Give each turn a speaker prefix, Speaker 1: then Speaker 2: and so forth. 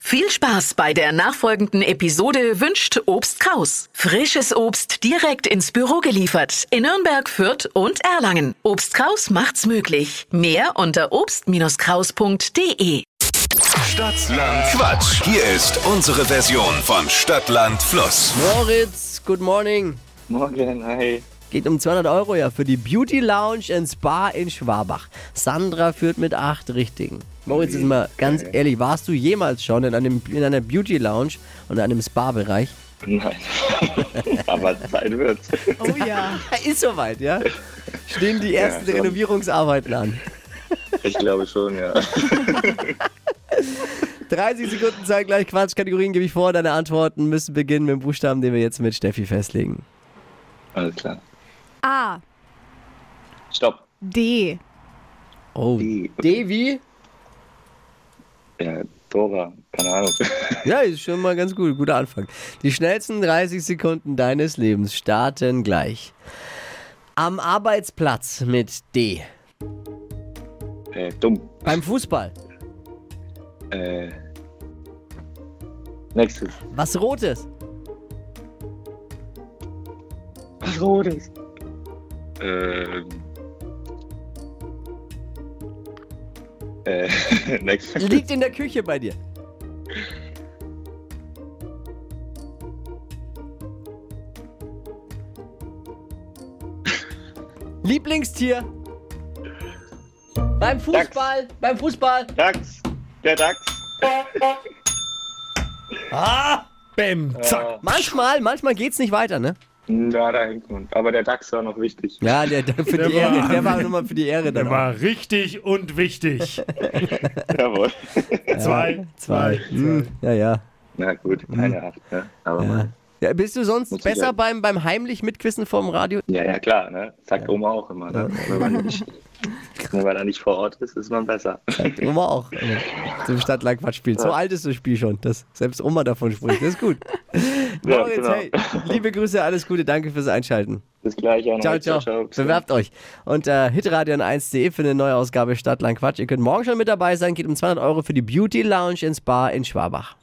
Speaker 1: Viel Spaß bei der nachfolgenden Episode wünscht Obst Kraus. Frisches Obst direkt ins Büro geliefert in Nürnberg, Fürth und Erlangen. Obst Kraus macht's möglich. Mehr unter obst-kraus.de.
Speaker 2: Stadtland Quatsch. Hier ist unsere Version von Stadtland Fluss.
Speaker 3: Moritz, good morning.
Speaker 4: Morgen, hi.
Speaker 3: Geht um 200 Euro ja für die Beauty Lounge and Spa in Schwabach. Sandra führt mit acht Richtigen. Moritz, ist mal ganz ehrlich, warst du jemals schon in, einem, in einer Beauty Lounge und einem Spa-Bereich?
Speaker 4: Nein. Aber Zeit wird's.
Speaker 3: Ist soweit, ja? Stehen die ersten
Speaker 4: schon.
Speaker 3: Renovierungsarbeiten an.
Speaker 4: Ich glaube schon, ja.
Speaker 3: 30 Sekunden Zeit gleich Quatsch. Kategorien gebe ich vor. Deine Antworten müssen beginnen mit dem Buchstaben, den wir jetzt mit Steffi festlegen.
Speaker 4: Alles klar.
Speaker 5: A.
Speaker 4: Stopp.
Speaker 5: D.
Speaker 3: Oh.
Speaker 4: Die-
Speaker 3: D wie?
Speaker 4: Ja, Dora, keine Ahnung.
Speaker 3: Ja, ist schon mal ganz gut. Guter Anfang. Die schnellsten 30 Sekunden deines Lebens starten gleich. Am Arbeitsplatz mit D.
Speaker 4: Äh, dumm.
Speaker 3: Beim Fußball.
Speaker 4: Äh, nächstes.
Speaker 3: Was Rotes.
Speaker 4: Was Rotes? Ähm. Äh, nächstes.
Speaker 3: Liegt in der Küche bei dir. Lieblingstier. Beim Fußball. Beim Fußball.
Speaker 4: Dachs. Der Dachs.
Speaker 6: Ah, Bäm, zack.
Speaker 3: Äh, Manchmal, manchmal geht's nicht weiter, ne?
Speaker 4: Na, da hängt man. Aber der Dachs war noch wichtig.
Speaker 3: Ja, der, der für die
Speaker 6: war-
Speaker 3: Ehre, der war nochmal für die Ehre dann.
Speaker 6: Der war richtig und wichtig.
Speaker 4: Jawohl.
Speaker 6: Zwei, zwei, zwei.
Speaker 3: auch. Hm, Ja, ja.
Speaker 4: Na gut, keine Acht. Ne? Aber mal.
Speaker 3: Mhm. ja. Bist du sonst
Speaker 4: Muss ich
Speaker 3: besser
Speaker 4: sagen.
Speaker 3: beim, beim heimlich Mitquissen vorm Radio?
Speaker 4: Ja, ja, klar, ne? Sagt Oma auch immer, ne? Wenn, man nicht, wenn man da nicht vor Ort ist, ist man besser.
Speaker 3: Oma auch. äh, Zum Stadtlandquatsch spielen. So alt ist das Spiel schon, dass selbst Oma davon spricht. Das ist gut.
Speaker 4: Ja,
Speaker 3: Moritz,
Speaker 4: genau.
Speaker 3: hey, liebe Grüße, alles Gute, danke fürs Einschalten.
Speaker 4: Bis gleich, Anna.
Speaker 3: Ciao, ciao. Bewerbt euch äh, unter hitradion1.de für eine neue Ausgabe Stadtland Quatsch. Ihr könnt morgen schon mit dabei sein, geht um 200 Euro für die Beauty Lounge ins Bar in Schwabach.